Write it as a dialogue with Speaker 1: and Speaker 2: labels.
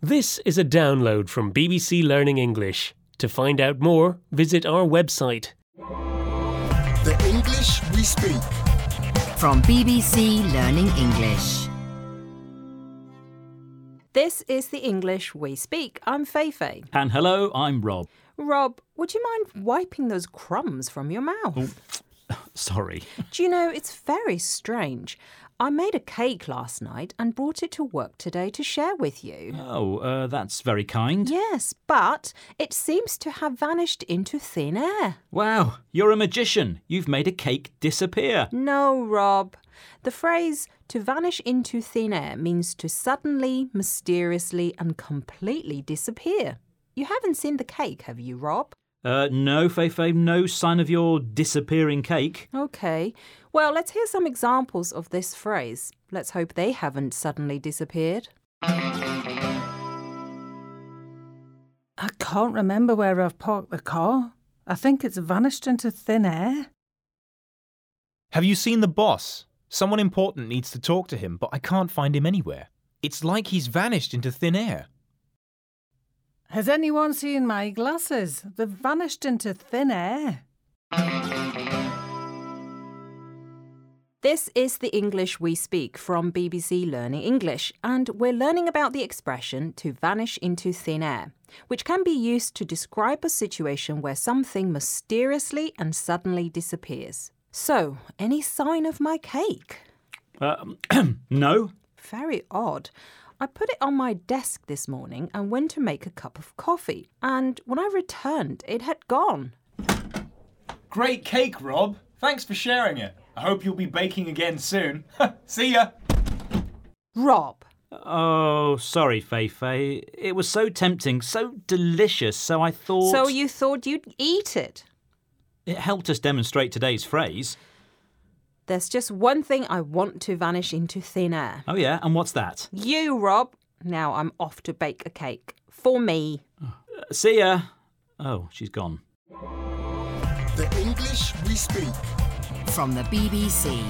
Speaker 1: This is a download from BBC Learning English. To find out more, visit our website.
Speaker 2: The English we speak.
Speaker 3: From BBC Learning English.
Speaker 4: This is the English we speak. I'm Feifei.
Speaker 5: And hello, I'm Rob.
Speaker 4: Rob, would you mind wiping those crumbs from your mouth?
Speaker 5: Sorry.
Speaker 4: Do you know, it's very strange. I made a cake last night and brought it to work today to share with you.
Speaker 5: Oh, uh, that's very kind.
Speaker 4: Yes, but it seems to have vanished into thin air.
Speaker 5: Wow, you're a magician. You've made a cake disappear.
Speaker 4: No, Rob. The phrase to vanish into thin air means to suddenly, mysteriously, and completely disappear. You haven't seen the cake, have you, Rob?
Speaker 5: Uh, no, Feifei, no sign of your disappearing cake.
Speaker 4: Okay. Well, let's hear some examples of this phrase. Let's hope they haven't suddenly disappeared.
Speaker 6: I can't remember where I've parked the car. I think it's vanished into thin air.
Speaker 7: Have you seen the boss? Someone important needs to talk to him, but I can't find him anywhere. It's like he's vanished into thin air.
Speaker 6: Has anyone seen my glasses? They've vanished into thin air.
Speaker 4: This is the English we speak from BBC Learning English, and we're learning about the expression to vanish into thin air, which can be used to describe a situation where something mysteriously and suddenly disappears. So, any sign of my cake?
Speaker 5: Uh, no?
Speaker 4: Very odd. I put it on my desk this morning and went to make a cup of coffee, and when I returned, it had gone.
Speaker 8: Great cake, Rob. Thanks for sharing it. I hope you'll be baking again soon. See ya.
Speaker 4: Rob,
Speaker 5: Oh, sorry, Feifei. It was so tempting, so delicious, so I thought.
Speaker 4: so you thought you'd eat it?
Speaker 5: It helped us demonstrate today's phrase.
Speaker 4: There's just one thing I want to vanish into thin air.
Speaker 5: Oh, yeah, and what's that?
Speaker 4: You, Rob. Now I'm off to bake a cake. For me.
Speaker 5: Uh, see ya. Oh, she's gone.
Speaker 2: The English we speak.
Speaker 3: From the BBC.